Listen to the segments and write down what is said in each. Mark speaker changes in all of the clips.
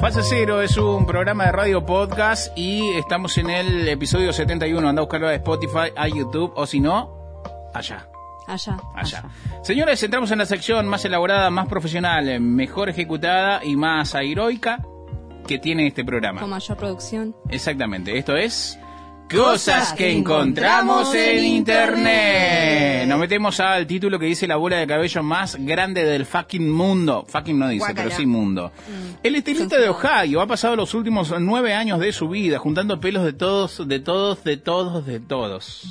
Speaker 1: Fase Cero es un programa de radio podcast y estamos en el episodio 71. Anda a buscarlo a Spotify, a YouTube o si no, allá.
Speaker 2: Allá.
Speaker 1: Allá. Señores, entramos en la sección más elaborada, más profesional, mejor ejecutada y más heroica que tiene este programa.
Speaker 2: Con mayor producción.
Speaker 1: Exactamente, esto es Cosas que encontramos en internet. Nos metemos al título que dice la bola de cabello más grande del fucking mundo. Fucking no dice,
Speaker 3: Guácala.
Speaker 1: pero sí mundo. El estilista de Ohio ha pasado los últimos nueve años de su vida juntando pelos de todos, de todos, de todos, de todos.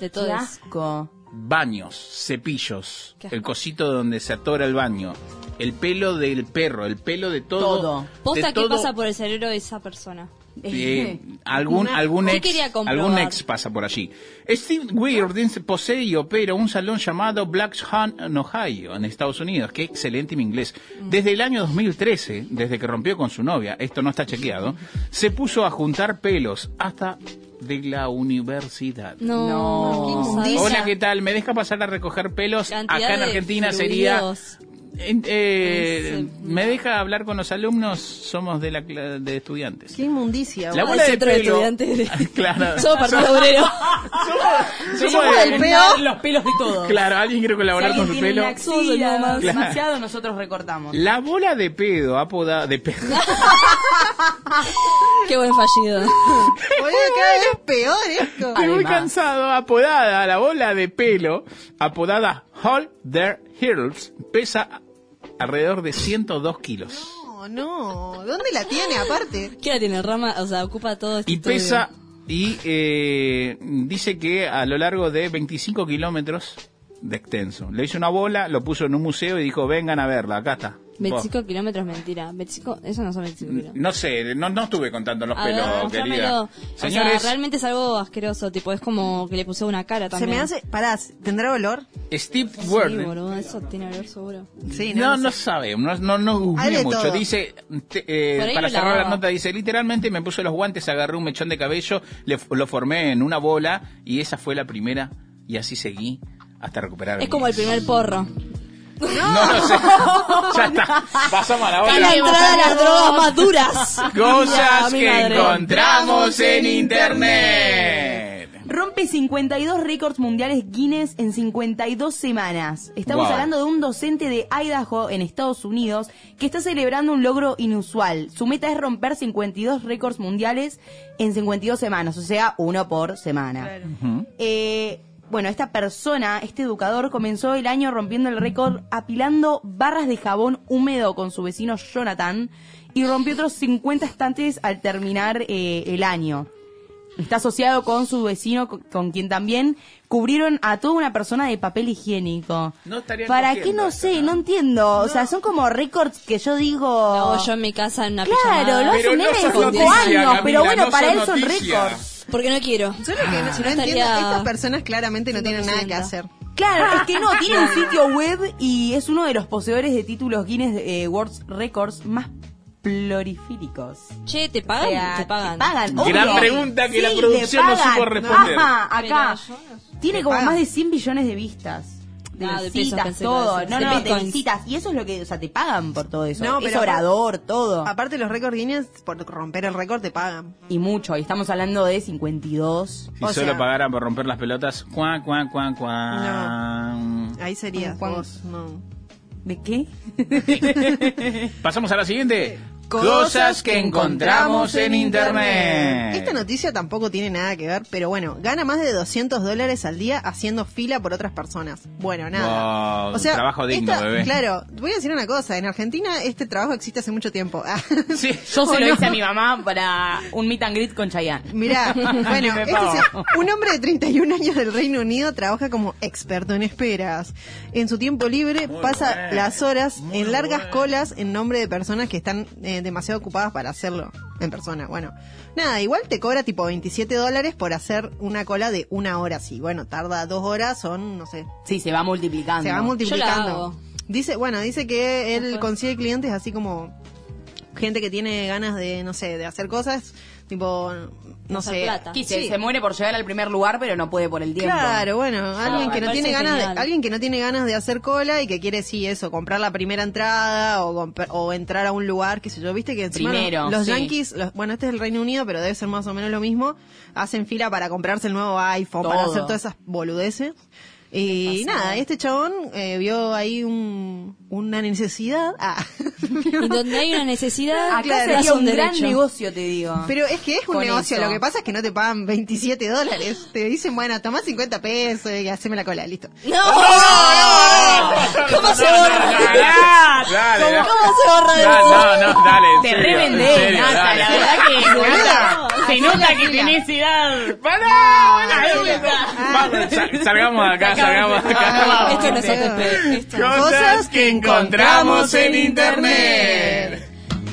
Speaker 2: De
Speaker 3: Qué
Speaker 2: todos.
Speaker 3: asco.
Speaker 1: Baños, cepillos,
Speaker 2: Qué asco.
Speaker 1: el cosito donde se atora el baño, el pelo del perro, el pelo de todo.
Speaker 3: Todo.
Speaker 2: Posta,
Speaker 1: de
Speaker 2: ¿qué
Speaker 1: todo.
Speaker 2: pasa por el cerebro de esa persona?
Speaker 1: Eh, algún,
Speaker 3: Una-
Speaker 1: algún,
Speaker 2: Yo
Speaker 1: ex,
Speaker 2: quería comprobar.
Speaker 1: algún ex pasa por allí. Steve Weirdin posee y opera un salón llamado Black Hunt en Ohio, en Estados Unidos. Qué excelente mi inglés.
Speaker 2: Mm.
Speaker 1: Desde el año 2013, desde que rompió con su novia, esto no está chequeado, se puso a juntar pelos hasta de la universidad.
Speaker 2: No,
Speaker 3: No.
Speaker 2: no sabés
Speaker 1: Hola,
Speaker 2: la
Speaker 1: ¿qué tal? ¿Me deja pasar a recoger pelos?
Speaker 2: cantidad
Speaker 1: Acá en
Speaker 2: de
Speaker 1: Argentina sería...
Speaker 2: fluidos.
Speaker 1: En- eh,
Speaker 2: Ese-
Speaker 1: ¿Me deja hablar con los alumnos? Somos de la cla- de estudiantes.
Speaker 3: Qué inmundicia.
Speaker 1: La
Speaker 2: Ah,
Speaker 1: bola de
Speaker 2: el centro de
Speaker 1: pelo.
Speaker 2: estudiantes de-
Speaker 1: claro.
Speaker 2: Somos partido obrero.
Speaker 1: Somos- somos
Speaker 4: Somos
Speaker 1: de-
Speaker 4: del pelo. Los pelos de todo.
Speaker 1: Claro, alguien quiere colaborar
Speaker 4: Si
Speaker 1: con su
Speaker 4: alguien tiene
Speaker 1: pelo.
Speaker 4: una
Speaker 2: Todo
Speaker 4: axila
Speaker 2: lo más.
Speaker 4: demasiado, nosotros recortamos.
Speaker 1: La bola de pedo apodada de pedo.
Speaker 2: Qué buen fallido.
Speaker 3: Boludo, cada vez es peor esto.
Speaker 1: Estoy muy
Speaker 4: Además.
Speaker 1: cansado, apodada la bola de pelo, apodada Hold Their Heels, pesa alrededor de 102 kilos.
Speaker 3: No, no. ¿Dónde la tiene aparte?
Speaker 2: ¿Qué la tiene? Rama, o sea, ocupa todo este
Speaker 1: Y
Speaker 2: estudio.
Speaker 1: pesa, y eh, dice que a lo largo de 25 kilómetros de extenso. Le hizo una bola, lo puso en un museo y dijo, vengan a verla, acá está.
Speaker 2: 25 kilómetros, mentira. 25, eso no son 25 kilómetros.
Speaker 1: No sé, no, no estuve contando los
Speaker 2: A ver,
Speaker 1: pelos,
Speaker 2: mostrámelo.
Speaker 1: querida.
Speaker 2: O sea, realmente es algo asqueroso, tipo, es como que le puse una cara
Speaker 3: Se
Speaker 2: también.
Speaker 3: me hace. Pará, ¿tendrá olor?
Speaker 1: Steve
Speaker 2: Sí,
Speaker 1: Warden.
Speaker 2: boludo, eso tiene olor seguro.
Speaker 3: Sí,
Speaker 1: No,
Speaker 3: no.
Speaker 1: no
Speaker 3: sé.
Speaker 1: sabemos, no, no, no googleé
Speaker 3: Hay de
Speaker 1: mucho.
Speaker 3: todo.
Speaker 1: Dice, te- eh,
Speaker 2: Por ahí
Speaker 1: para
Speaker 2: lo
Speaker 1: cerrar la
Speaker 2: lavaba.
Speaker 1: nota, dice, literalmente me puse los guantes, agarré un mechón de cabello, le- lo formé en una bola y esa fue la primera y así seguí hasta recuperar.
Speaker 2: Es como el
Speaker 1: pies.
Speaker 2: primer porro.
Speaker 1: No lo sé. ya está. Pasamos a la
Speaker 2: Es la
Speaker 1: otra.
Speaker 2: entrada a las drogas más duras. Ya,
Speaker 1: Cosas
Speaker 2: mi
Speaker 1: que
Speaker 2: madre.
Speaker 1: encontramos en internet.
Speaker 4: Rompe 52 récords mundiales Guinness en 52 semanas. Estamos
Speaker 1: Wow.
Speaker 4: hablando de un docente de Idaho, en Estados Unidos, que está celebrando un logro inusual. Su meta es romper 52 récords mundiales en 52 semanas, o sea, uno por semana. Eh, bueno, esta persona, este educador, comenzó el año rompiendo el récord apilando barras de jabón húmedo con su vecino Jonathan y rompió otros 50 estantes al terminar eh, el año. Está asociado con su vecino, co- con quien también cubrieron a toda una persona de papel higiénico.
Speaker 1: No estarían
Speaker 4: ¿Para qué
Speaker 1: cogiendo
Speaker 4: no
Speaker 1: esto,
Speaker 4: sé?
Speaker 1: ¿no?
Speaker 4: No entiendo. O sea, son como récords que yo digo...
Speaker 2: No, yo en mi casa en una
Speaker 4: Claro,
Speaker 1: Pero
Speaker 2: pijamada.
Speaker 4: lo hace un
Speaker 1: no
Speaker 4: nene de
Speaker 1: son
Speaker 4: 5
Speaker 1: noticias,
Speaker 4: años,
Speaker 1: Camila,
Speaker 4: pero bueno,
Speaker 1: no
Speaker 4: para
Speaker 1: son
Speaker 4: él son
Speaker 1: noticias.
Speaker 4: récords.
Speaker 2: Porque Ah. no quiero.
Speaker 3: Yo lo que no, no
Speaker 2: Estaría-
Speaker 3: entiendo, estas personas claramente no tienen nada que hacer.
Speaker 4: Claro, es que no, tiene un sitio web y es uno de los poseedores de títulos Guinness eh, World Records más plorifíricos.
Speaker 2: Che, ¿te
Speaker 4: O
Speaker 2: pagan?
Speaker 4: sea,
Speaker 2: te pagan.
Speaker 4: pagan
Speaker 1: Gran
Speaker 4: obvio.
Speaker 1: pregunta que la
Speaker 4: te
Speaker 1: producción no
Speaker 4: pagan.
Speaker 1: supo responder.
Speaker 4: Ajá, acá.
Speaker 2: Pero yo
Speaker 4: Tiene
Speaker 3: Te
Speaker 4: como
Speaker 3: pagan.
Speaker 4: más de 100 billones de vistas. De
Speaker 2: Ah, de pesos
Speaker 4: visitas,
Speaker 2: pensé que
Speaker 4: todo.
Speaker 2: decías.
Speaker 4: No,
Speaker 2: De
Speaker 4: no, de
Speaker 2: bitcoins.
Speaker 4: visitas. Y eso es lo que, o sea, te pagan por todo eso.
Speaker 3: No,
Speaker 4: es
Speaker 3: pero- Ah.
Speaker 4: orador, todo.
Speaker 3: Aparte, los récords Guinness, por romper el récord, te pagan.
Speaker 4: Y mucho. Y estamos hablando de 52.
Speaker 1: Si
Speaker 3: O
Speaker 1: solo
Speaker 3: sea-
Speaker 1: pagaran por romper las pelotas, cuan, cuan, cuan, cuan.
Speaker 3: Ahí serías
Speaker 4: Juan.
Speaker 3: vos, no.
Speaker 4: ¿De qué?
Speaker 1: Pasamos a la siguiente. Cosas que encontramos en internet.
Speaker 3: Esta noticia tampoco tiene nada que ver, pero bueno, gana más de 200 dólares al día haciendo fila por otras personas. Bueno, nada.
Speaker 1: Wow, trabajo digno, bebé.
Speaker 3: Claro, voy a decir una cosa, en Argentina este trabajo existe hace mucho tiempo. Ah,
Speaker 1: Sí.
Speaker 4: Yo se
Speaker 3: ¿O
Speaker 4: lo
Speaker 3: no?
Speaker 4: hice a mi mamá para un meet and greet con Chayanne.
Speaker 3: Mirá, bueno,
Speaker 4: Me
Speaker 3: este
Speaker 4: pago.
Speaker 3: es- un hombre de 31 años del Reino Unido trabaja como experto en esperas. En su tiempo libre
Speaker 1: Muy
Speaker 3: pasa
Speaker 1: bueno,
Speaker 3: las horas
Speaker 1: muy
Speaker 3: en largas
Speaker 1: bueno.
Speaker 3: colas en nombre de personas que están eh, demasiado ocupadas para hacerlo en persona. Bueno, nada, igual te cobra tipo 27 dólares por hacer una cola de una hora. Si, bueno, tarda dos horas, son, no sé,
Speaker 4: Sí, se va multiplicando.
Speaker 3: se va
Speaker 2: Yo la
Speaker 3: multiplicando.
Speaker 2: hago.
Speaker 3: Dice, bueno, dice que él consigue clientes así como gente que tiene ganas de, no sé, de hacer cosas, tipo, no
Speaker 2: Hacer
Speaker 3: sé.
Speaker 2: plata.
Speaker 4: Que
Speaker 5: Sí.
Speaker 4: se muere por llegar al primer lugar, pero no puede por el tiempo.
Speaker 3: Claro, bueno, alguien
Speaker 2: me
Speaker 3: que no tiene
Speaker 2: parece
Speaker 3: ganas,
Speaker 2: genial.
Speaker 3: de, alguien que no tiene ganas de hacer cola y que quiere sí eso, comprar la primera entrada o, compra- o entrar a un lugar, qué sé yo, viste que encima
Speaker 4: Primero,
Speaker 3: los, los
Speaker 4: sí.
Speaker 3: yankees, los- bueno, este es el Reino Unido, pero debe ser más o menos lo mismo, hacen fila para comprarse el nuevo iPhone, para
Speaker 4: Todo.
Speaker 3: hacer todas esas boludeces. Y nada, este chabón eh, vio ahí un, una necesidad. Ah.
Speaker 2: Y donde hay una necesidad,
Speaker 4: Acá
Speaker 2: claro,
Speaker 4: sería
Speaker 2: razón
Speaker 4: un gran
Speaker 2: derecho.
Speaker 4: negocio, te digo.
Speaker 3: Pero es que es un
Speaker 4: Con
Speaker 3: negocio,
Speaker 4: eso.
Speaker 3: lo que pasa es que no te pagan 27 dólares. Te dicen, bueno, toma 50 pesos y haceme la cola, listo.
Speaker 2: ¡No!
Speaker 1: ¡Oh!
Speaker 2: ¿Cómo se borra?
Speaker 1: Dale,
Speaker 2: ¿Cómo,
Speaker 1: dale.
Speaker 2: cómo se borra de
Speaker 1: Da-
Speaker 2: vos?
Speaker 1: No, no, dale. en
Speaker 5: Te
Speaker 1: serio,
Speaker 5: revendés,
Speaker 1: en serio,
Speaker 5: Nata,
Speaker 1: dale.
Speaker 5: la verdad que
Speaker 3: Boluda.
Speaker 5: boluda, se nota que tenés edad.
Speaker 1: ¡Pará! Vamos, sal- salgamos de acá, salgamos de acá.
Speaker 3: Ah,
Speaker 2: Esto no es
Speaker 3: boludo.
Speaker 2: ATP. Esto. no.
Speaker 1: Cosas que encontramos en internet.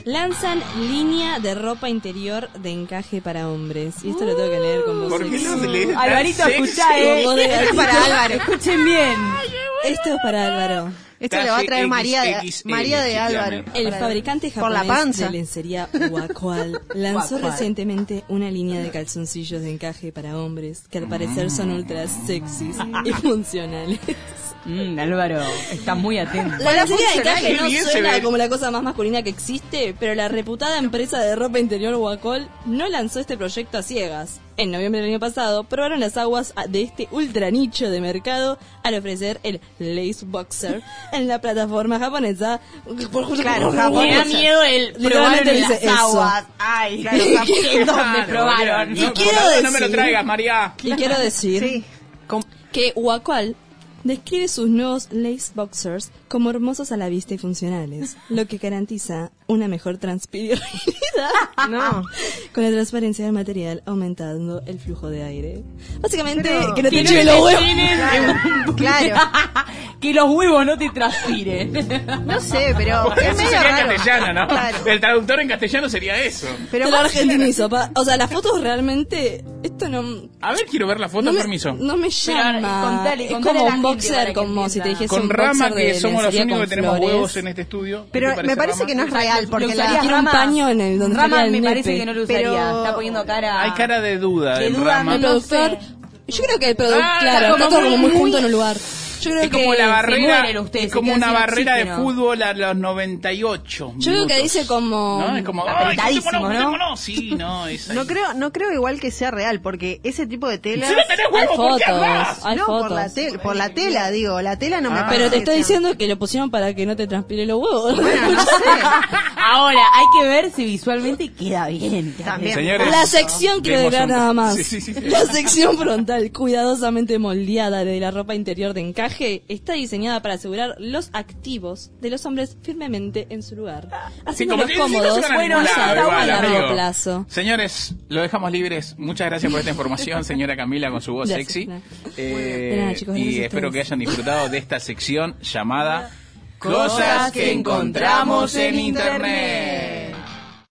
Speaker 2: Lanzan línea de ropa interior de encaje para hombres. Y esto lo tengo que leer con voz
Speaker 1: ¿Por qué no
Speaker 2: sexy.
Speaker 1: se lee tan
Speaker 4: Alvarito,
Speaker 1: sexy?
Speaker 4: escuchá, eh.
Speaker 2: Con voz de gatito.
Speaker 3: para Álvaro.
Speaker 4: Escuchen bien.
Speaker 2: Esto es para Álvaro.
Speaker 3: Esto lo va a
Speaker 1: Talle
Speaker 3: traer María de,
Speaker 1: XXL,
Speaker 3: María de Álvaro.
Speaker 1: chiquiana.
Speaker 2: El
Speaker 3: Para-
Speaker 2: fabricante
Speaker 3: Por la
Speaker 2: japonés
Speaker 3: panza.
Speaker 2: de lencería Wakwal lanzó
Speaker 4: Wakwal.
Speaker 2: recientemente una línea de calzoncillos de encaje para hombres que al parecer son
Speaker 3: Mm.
Speaker 2: ultra sexys y funcionales.
Speaker 5: Mm, Álvaro, está muy atento.
Speaker 2: La lencería de encaje
Speaker 1: funcionales.
Speaker 2: no
Speaker 1: Qué bien se
Speaker 2: suena
Speaker 1: ve.
Speaker 2: como la cosa más masculina que existe, pero la reputada empresa de ropa interior Wakwal no lanzó este proyecto a ciegas. En noviembre del año pasado probaron las aguas a- de este ultra nicho de mercado al ofrecer el Lace Boxer en la plataforma japonesa.
Speaker 3: Claro,
Speaker 5: Me da
Speaker 3: japonesa.
Speaker 5: miedo el probar
Speaker 2: Literalmente
Speaker 5: las
Speaker 2: dice eso.
Speaker 5: aguas. Ay, ¿dónde
Speaker 1: Claro,
Speaker 5: probaron?
Speaker 1: boluda, no,
Speaker 2: quiero
Speaker 1: por favor, No me lo
Speaker 2: decir-
Speaker 1: traigas, María.
Speaker 2: Y quiero decir
Speaker 3: Sí. Com-
Speaker 2: que Wakwal describe sus nuevos lace boxers como hermosos a la vista y funcionales, lo que garantiza una mejor transpirabilidad
Speaker 3: No.
Speaker 2: con la transparencia del material aumentando el flujo de aire. Básicamente,
Speaker 3: Pero-
Speaker 2: que no te
Speaker 5: Que no
Speaker 2: lleve
Speaker 5: te
Speaker 2: los huevos.
Speaker 5: llenes de un-
Speaker 3: Claro.
Speaker 5: que los huevos no te transpiren.
Speaker 3: No sé, pero es
Speaker 1: Eso
Speaker 3: medio
Speaker 1: sería
Speaker 3: raro.
Speaker 1: castellano, ¿no?
Speaker 3: Claro.
Speaker 1: El traductor en castellano sería eso.
Speaker 3: Pero
Speaker 2: Te lo
Speaker 3: vos-
Speaker 2: argentinizo, pa. O sea, las fotos realmente. Esto no.
Speaker 1: A ver, quiero ver la foto,
Speaker 2: no me,
Speaker 1: permiso.
Speaker 2: no me llama.
Speaker 5: contale,
Speaker 2: es
Speaker 5: contale a
Speaker 2: como
Speaker 5: la
Speaker 2: un
Speaker 5: gente para
Speaker 2: boxer,
Speaker 5: que
Speaker 2: como si te
Speaker 5: entienda.
Speaker 2: dijese
Speaker 1: Con
Speaker 2: un
Speaker 1: Rama,
Speaker 2: boxer de
Speaker 1: que somos los
Speaker 2: lencería
Speaker 1: únicos que
Speaker 2: con
Speaker 1: tenemos
Speaker 2: flores.
Speaker 1: huevos en este estudio. ¿Qué te
Speaker 3: pero me parece
Speaker 1: Rama?
Speaker 3: que no es real, porque la,
Speaker 2: usarías? Tiene un paño en el- donde
Speaker 4: Rama
Speaker 2: estaría el
Speaker 4: me
Speaker 2: nepe.
Speaker 4: parece que no lo usaría.
Speaker 3: Pero-
Speaker 4: Está poniendo cara.
Speaker 1: Hay cara de duda
Speaker 4: De
Speaker 1: en
Speaker 4: duda,
Speaker 1: Rama.
Speaker 2: El
Speaker 4: no
Speaker 2: productor. Yo creo que el productor,
Speaker 1: Ah,
Speaker 2: claro,
Speaker 1: como
Speaker 2: está todo como
Speaker 1: muy-
Speaker 2: muy junto en un lugar. Yo creo
Speaker 1: Es como
Speaker 2: que
Speaker 1: la
Speaker 4: mueren
Speaker 1: barrera,
Speaker 4: ustedes,
Speaker 1: es
Speaker 4: se
Speaker 1: como
Speaker 4: quedan
Speaker 1: una
Speaker 4: sin
Speaker 1: barrera de
Speaker 4: oxígeno.
Speaker 1: fútbol a los 98
Speaker 2: Yo creo que
Speaker 1: minutos.
Speaker 2: dice como-
Speaker 1: ¿No? Es como, ¡ay,
Speaker 4: Apretadísimo,
Speaker 1: juntémonos,
Speaker 4: ¿no?
Speaker 1: juntémonos! Sí, no, es ahí.
Speaker 3: no creo, no creo igual que sea real, porque ese tipo de tela.
Speaker 1: Si no tenés
Speaker 2: hay
Speaker 1: huevos, ¿por qué
Speaker 2: fotos,
Speaker 1: hablas?
Speaker 2: hay
Speaker 3: no,
Speaker 2: fotos.
Speaker 3: por la, tel- por la tela, digo, la tela no me
Speaker 1: Ah.
Speaker 3: parece.
Speaker 2: Pero te
Speaker 3: que
Speaker 2: estoy
Speaker 3: sea-
Speaker 2: diciendo que lo pusieron para que no te transpire los huevos.
Speaker 3: Bueno, no sé.
Speaker 4: Ahora, hay que ver si visualmente queda bien.
Speaker 3: También.
Speaker 1: Señores,
Speaker 2: La sección quiero
Speaker 1: Vemos
Speaker 2: declarar
Speaker 1: un-
Speaker 2: nada más.
Speaker 1: Sí, sí, sí, sí.
Speaker 2: La sección frontal, cuidadosamente moldeada de la ropa interior de encaje, está diseñada para asegurar los activos de los hombres firmemente en su lugar. Haciéndolos
Speaker 1: que- Ah. sí, no
Speaker 2: cómodos,
Speaker 1: se van a
Speaker 2: buenos
Speaker 1: ningún lado
Speaker 2: a
Speaker 1: igual,
Speaker 2: largo
Speaker 1: amigo.
Speaker 2: plazo.
Speaker 1: Señores, lo dejamos libres. Muchas gracias por esta información, señora Camila, con su voz
Speaker 2: Gracias,
Speaker 1: sexy.
Speaker 2: Fran.
Speaker 1: Eh,
Speaker 2: De nada, chicos, gracias
Speaker 1: y
Speaker 2: a
Speaker 1: espero
Speaker 2: ustedes.
Speaker 1: que hayan disfrutado de esta sección llamada
Speaker 4: Cosas que encontramos en Internet.